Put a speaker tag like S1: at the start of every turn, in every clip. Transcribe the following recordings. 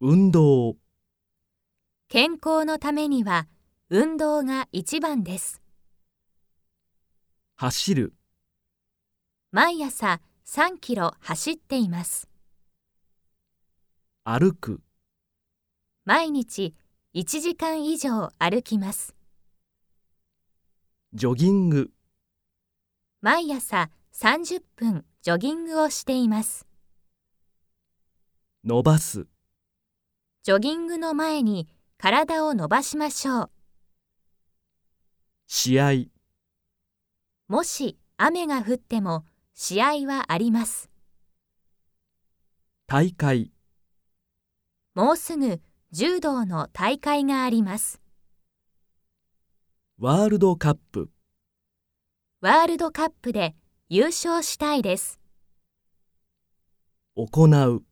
S1: 運動、
S2: 健康のためには運動が一番です。
S1: 走る、
S2: 毎朝3キロ走っています。
S1: 歩く、
S2: 毎日1時間以上歩きます。
S1: ジョギング、
S2: 毎朝30分ジョギングをしています。
S1: 伸ばす、
S2: ジョギングの前に体を伸ばしましょう。
S1: 試合、
S2: もし雨が降っても試合はあります。
S1: 大会、
S2: もうすぐ柔道の大会があります。
S1: ワールドカップ、
S2: ワールドカップで優勝したいです。
S1: 行う、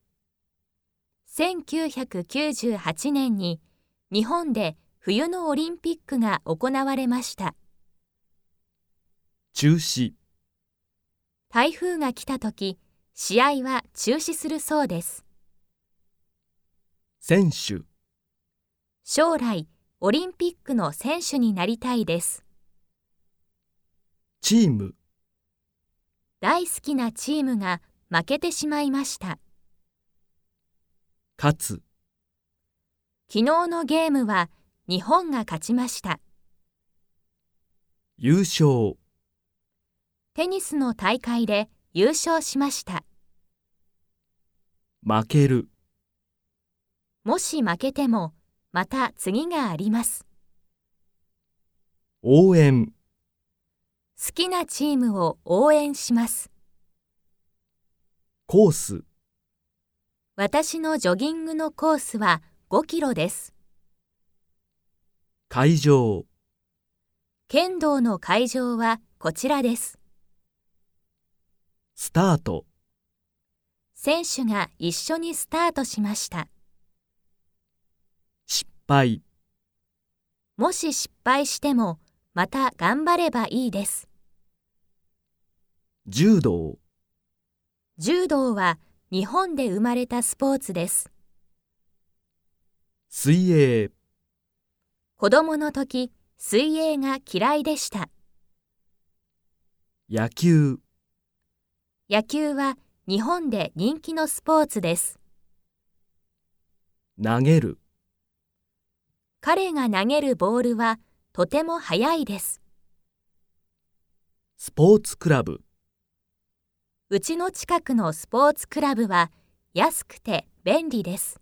S2: 1998年に日本で冬のオリンピックが行われました。
S1: 中止、
S2: 台風が来た時、試合は中止するそうです。
S1: 選手、
S2: 将来、オリンピックの選手になりたいです。
S1: チーム、
S2: 大好きなチームが負けてしまいました。
S1: 勝つ、
S2: 昨日のゲームは日本が勝ちました。
S1: 優勝、
S2: テニスの大会で優勝しました。
S1: 負ける、
S2: もし負けても、また次があります。
S1: 応援、
S2: 好きなチームを応援します。
S1: コース、
S2: 私のジョギングのコースは5キロです。
S1: 会場、
S2: 剣道の会場はこちらです。
S1: スタート、
S2: 選手が一緒にスタートしました。
S1: 失敗、
S2: もし失敗しても、また頑張ればいいです。
S1: 柔道、
S2: 柔道は日本で生まれたスポーツです。
S1: 水泳、
S2: 子供の時、水泳が嫌いでした。
S1: 野球、
S2: 野球は日本で人気のスポーツです。
S1: 投げる、
S2: 彼が投げるボールはとても速いです。
S1: スポーツクラブ、
S2: うちの近くのスポーツクラブは安くて便利です。